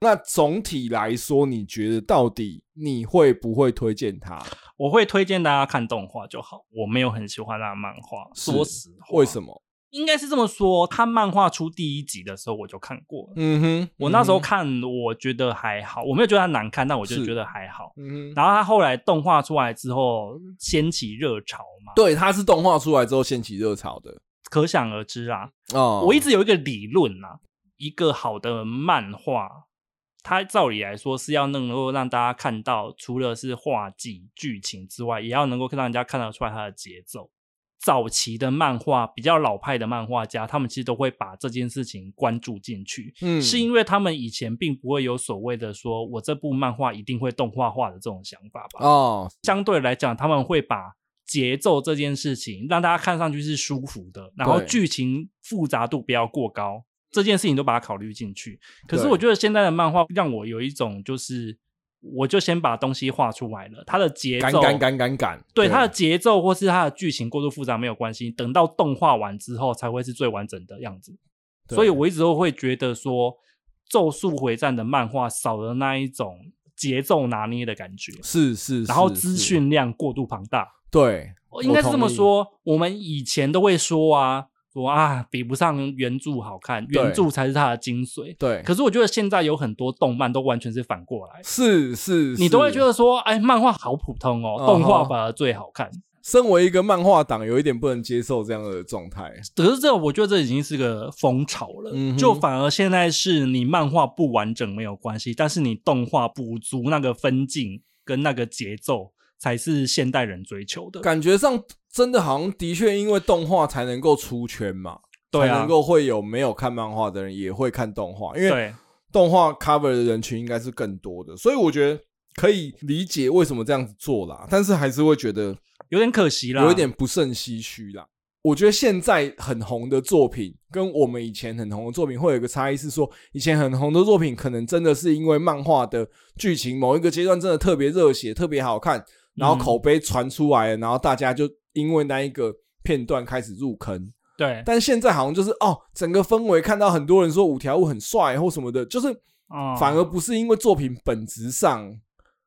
那总体来说，你觉得到底你会不会推荐它？我会推荐大家看动画就好，我没有很喜欢那漫画，是说实话，为什么？应该是这么说，他漫画出第一集的时候我就看过了。嗯哼，我那时候嗯哼，看，我觉得还好，我没有觉得它难看，但我就是觉得还好。嗯哼，然后它后来动画出来之后，掀起热潮嘛，对，它是动画出来之后掀起热潮的可想而知啊。哦。我一直有一个理论啊，一个好的漫画，它照理来说是要能够让大家看到，除了是画技、剧情之外，也要能够让人家看得出来它的节奏。早期的漫画，比较老派的漫画家，他们其实都会把这件事情关注进去，嗯是因为他们以前并不会有所谓的说我这部漫画一定会动画化的这种想法吧。哦，相对来讲，他们会把节奏这件事情让大家看上去是舒服的，然后对剧情复杂度不要过高，这件事情都把它考虑进去。可是对我觉得现在的漫画让我有一种就是，我就先把东西画出来了，它的节赶奏。赶赶赶赶，对它的节奏或是它的剧情过度复杂没有关系，等到动画完之后才会是最完整的样子。对所以我一直都会觉得说，《咒术回战》的漫画少了那一种节奏拿捏的感觉。是是，然后是资是讯量过度庞大。对，哦应该是这么同意说，我们以前都会说啊，说啊比不上原著好看，对原著才是它的精髓。对，可是我觉得现在有很多动漫都完全是反过来，是是，你都会觉得，得说，哎，漫画好普通哦，嗯动画哼反而最好看。身为一个漫画党，有一点不能接受这样的状态。可是这我觉得这已经是个风潮了，嗯哼就反而现在是你漫画不完整没有关系，但是你动画补足那个分镜跟那个节奏才是现代人追求的。感觉上真的好像的确因为动画才能够出圈嘛，对才啊能，够会有没有看漫画的人也会看动画，因为对动画 cover 的人群应该是更多的，所以我觉得可以理解为什么这样子做啦，但是还是会觉得有点可惜啦，有一点不胜唏嘘啦。我觉得现在很红的作品跟我们以前很红的作品会有一个差异，是说以前很红的作品可能真的是因为漫画的剧情某一个阶段真的特别热血、特别好看，然后口碑传出来了，然后大家就因为那一个片段开始入坑。对，但现在好像就是哦，整个氛围看到很多人说五条悟很帅或什么的，就是哦反而不是因为作品本质上的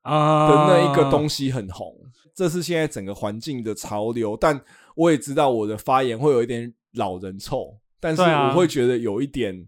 啊那一个东西很红，这是现在整个环境的潮流。但我也知道我的发言会有一点老人臭，但是对啊我会觉得有一点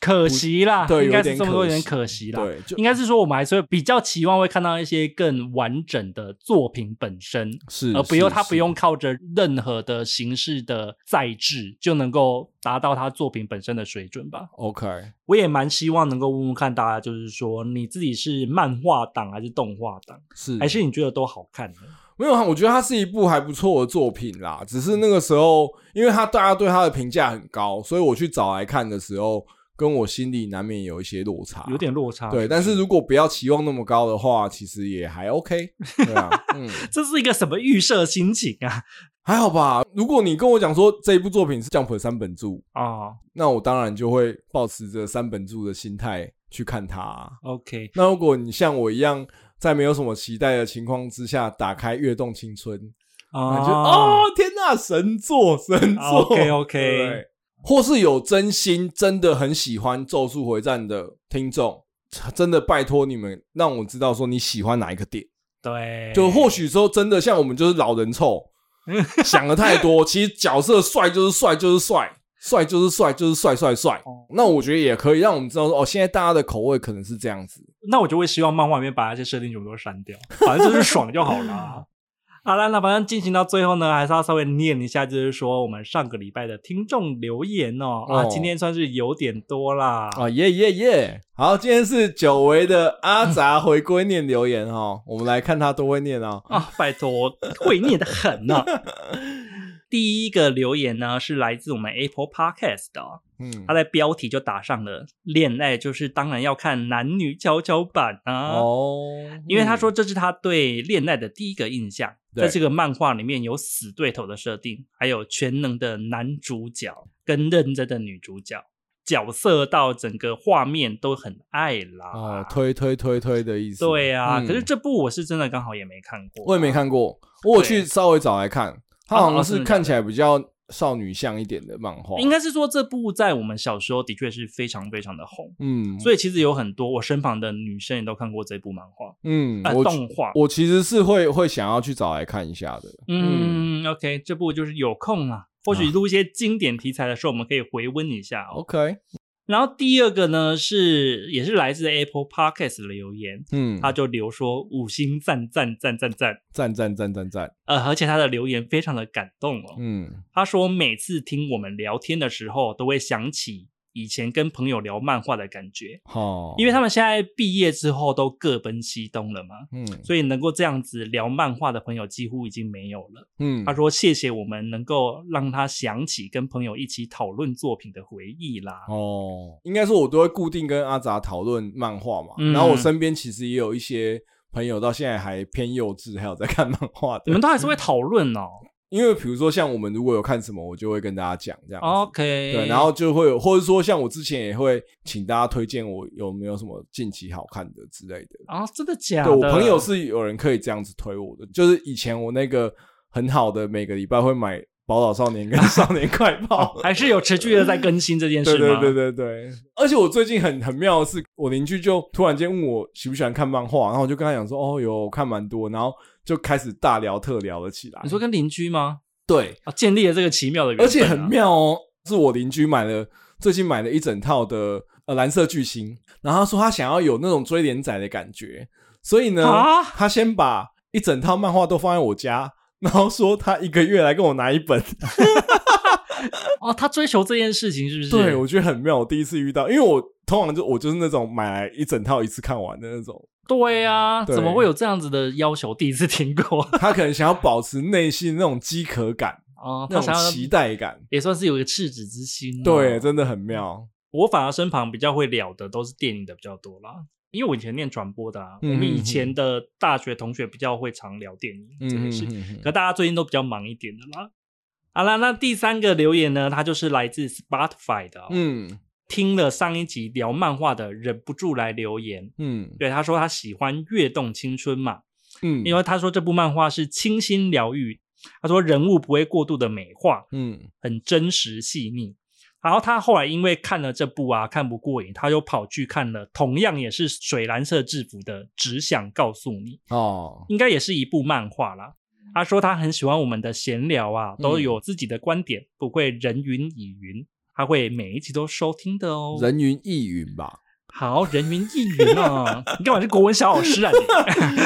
可惜啦，对应该是有点这么说有点可可惜啦。对，就应该是说，我们还是会比较期望会看到一些更完整的作品本身，是而呃不用是他是不用靠着任何的形式的再制就能够达到他作品本身的水准吧。 OK，我也蛮希望能够问问看大家，就是说你自己是漫画党还是动画党，是还是你觉得都好看呢？没有，我觉得它是一部还不错的作品啦。只是那个时候，因为他大家对他的评价很高，所以我去找来看的时候，跟我心里难免有一些落差，有点落差。啊对。但是如果不要期望那么高的话，其实也还 OK。对啊，嗯，这是一个什么预设心情啊？还好吧。如果你跟我讲说这一部作品是 Jump 的三本柱，哦那我当然就会保持着三本柱的心态去看它啊、 ，OK，那如果你像我一样，在没有什么期待的情况之下，打开《跃动青春》，哦，感觉哦，天呐，神作神作、 OK，OK 对不对或是有真心真的很喜欢《咒术回战》的听众，真的拜托你们让我知道说你喜欢哪一个点。对，就或许说真的像我们就是老 人臭，想的太多，其实角色帅就是帅就是帅。帅就是帅，就是帅帅帅哦。那我觉得也可以让我们知道说，哦，现在大家的口味可能是这样子。那我就会希望漫画里面把那些设定全部都删掉，反正就是爽就好啦。 好啦，那反正进行到最后呢，还是要稍微念一下，就是说我们上个礼拜的听众留言哦。啊，哦今天算是有点多啦。啊，耶耶耶！好，今天是久违的阿杂回归念留言哈，我们来看他都会念哦。啊，拜托，会念的很 呢、第一个留言呢是来自我们 Apple Podcast 的、哦，嗯他，在标题就打上了“恋爱就是当然要看男女跷跷板啊”。哦，因为他说这是他对恋爱的第一个印象。对在这个漫画里面有死对头的设定，还有全能的男主角跟认真的女主角，角色到整个画面都很爱啦。哦，推推推推的意思。对啊，嗯可是这部我是真的刚好也没看过，啊我也没。看过，我有去对稍微找来看，他好啊像啊是真的看假起来比较少女像一点的漫画。应该是说这部在我们小时候的确是非常非常的红，嗯，所以其实有很多我身旁的女生也都看过这部漫画、嗯，呃、我动画。我其实是会会想要去找来看一下的。嗯，OK，这部就是有空啊，或许录一些经典题材的时候，我们可以回温一下哦。 OK，然后第二个呢是也是来自 Apple Podcast 的留言，嗯，他就留说五星赞赞赞赞赞，赞赞赞赞赞，呃，而且他的留言非常的感动哦。嗯，他说每次听我们聊天的时候，都会想起以前跟朋友聊漫画的感觉，好，因为为他们现在毕业之后都各奔西东了嘛，嗯所以能够这样子聊漫画的朋友几乎已经没有了。嗯，他说谢谢我们能够让他想起跟朋友一起讨论作品的回忆啦。哦，应该说我都会固定跟阿杂讨论漫画嘛，嗯然后我身边其实也有一些朋友到现在还偏幼稚，还有在看漫画你的们。都还是会讨论嗯哦。因为比如说像我们如果有看什么，我就会跟大家讲这样子。 OK，对，然后就会有，或者说像我之前也会请大家推荐我有没有什么近期好看的之类的。啊、真的假的？对我朋友是有人可以这样子推我的，就是以前我那个很好的每个礼拜会买《宝岛少年》跟 《少年快报》，哦还是有持续的在更新这件事对吗？对对对对，而且我最近很很妙的是，我邻居就突然间问我喜不喜欢看漫画，然后我就跟他讲说，哦有我看蛮多，然后就开始大聊特聊了起来。你说跟邻居吗？对，啊，建立了这个奇妙的缘分、啊而且很。妙哦，是我邻居买了最近买了一整套的呃蓝色巨星，然后他说他想要有那种追连载的感觉，所以呢，啊他先把一整套漫画都放在我家，然后说他一个月来跟我拿一本。哦，他追求这件事情是不是？对，我觉得很妙，我第一次遇到，因为我通常就我就是那种买来一整套一次看完的那种，对啊，对怎么会有这样子的要求？第一次听过他可能想要保持内心那种饥渴感、 哦，那他想种要期待感，也算是有一个赤子之心、哦。对，真的很妙。我反而身旁比较会聊的都是电影的比较多啦，因为我以前念传播的啊，嗯我们以前的大学同学比较会常聊电影这件事，嗯可大家最近都比较忙一点的啦。好啦，那第三个留言呢，它就是来自 Spotify 的、哦，嗯听了上一集聊漫画的，忍不住来留言。嗯对，他说他喜欢《跃动青春》嘛，嗯，因为为他说这部漫画是清新疗愈，他说人物不会过度的美化，嗯很真实细腻。然后他后来因为看了这部啊看不过瘾，他又跑去看了同样也是水蓝色制服的《只想告诉你》，哦，应该也是一部漫画啦。他说他很喜欢我们的闲聊啊，都嗯有自己的观点，不会人云亦云，他会每一集都收听的哦。人云亦云吧。好，人云亦云啊！你干嘛是国文小老师啊你？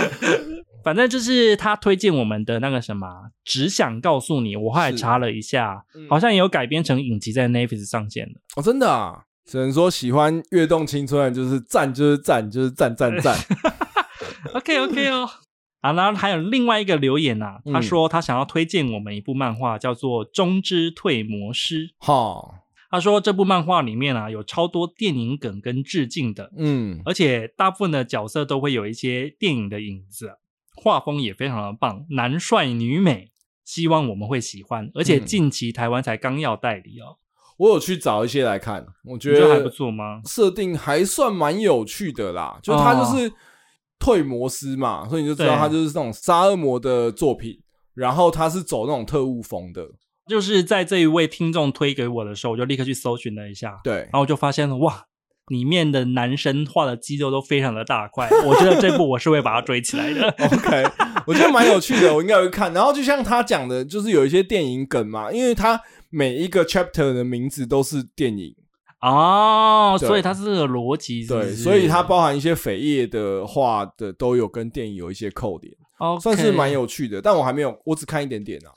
反正就是他推荐我们的那个什么，啊只想告诉你。我后来是查了一下，嗯好像也有改编成影集在 Netflix 上线了。哦，真的啊，只能说喜欢跃动青春的就是赞，就是赞，就是赞赞赞。 OK OK 哦。啊，然后还有另外一个留言啊，他嗯说他想要推荐我们一部漫画，叫做《中之退魔师》。哈，他说这部漫画里面啊，有超多电影梗跟致敬的，嗯而且大部分的角色都会有一些电影的影子，画风也非常的棒，男帅女美，希望我们会喜欢。而嗯且近期台湾才刚要代理哦，我有去找一些来看，我你觉觉得还不得错吗？设定还算蛮有趣的啦。就他就是退魔师嘛，所以你就知道哦对他就是那种杀恶魔的作品，然后他是走那种特务风的，就是在这一位听众推给我的时候，我就立刻去搜寻了一下，对然。后我就发现了哇。里面的男生画的肌肉都非常的大块，我觉得这部我是会把它追起来的。OK，我觉得蛮有趣的，我应该会看。然后就像他讲的，就是有一些电影梗嘛，因为他每一个 chapter 的名字都是电影，哦，对所以它是这个逻辑是不对，是，所以它包含一些扉页的话的都有跟电影有一些扣连， OK 算是蛮有趣的。但我还没有，我只看一点点啊。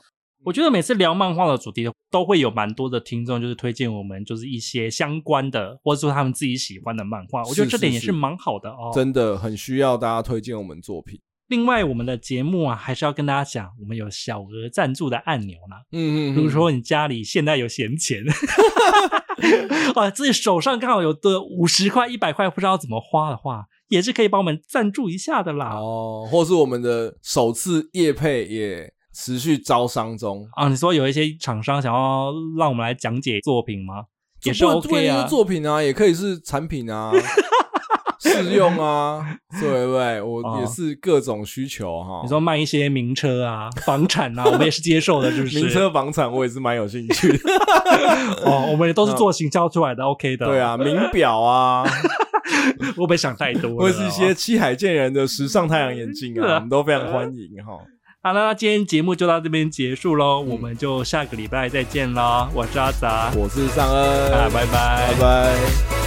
我觉得每次聊漫画的主题，都会有蛮多的听众就是推荐我们就是一些相关的，或者说他们自己喜欢的漫画。是啊我觉得这点也是是蛮好的哦。真的很需要大家推荐我们作品。另外，我们的节目啊，还是要跟大家讲，我们有小额赞助的按钮啦。嗯嗯，比如说你家里现在有闲钱， 啊，自己手上刚好有的五十块、一百块，不知道怎么花的话，也是可以帮我们赞助一下的啦。哦，或是我们的首次业配也持续招商中，啊，你说有一些厂商想要让我们来讲解作品吗？也是这不不一 OK 定啊是。作品啊，也可以是产 品啊。试用啊，对不对？我哦也是各种需求哈。你说卖一些名车啊、房产 啊，我们也是接受的，是不是？啊名车房产，我也是蛮有兴 趣的。哦，我们也都是做行销出来的，OK 的。对，啊，名表啊，会不会想太多了哦？或是一些七海健人的时尚太阳眼 镜是啊啊，我们都非常欢迎哈。好了，那今天节目就到这边结束喽，嗯我们就下个礼拜再见喽。我是阿杂，我是尚恩，啊拜拜拜拜。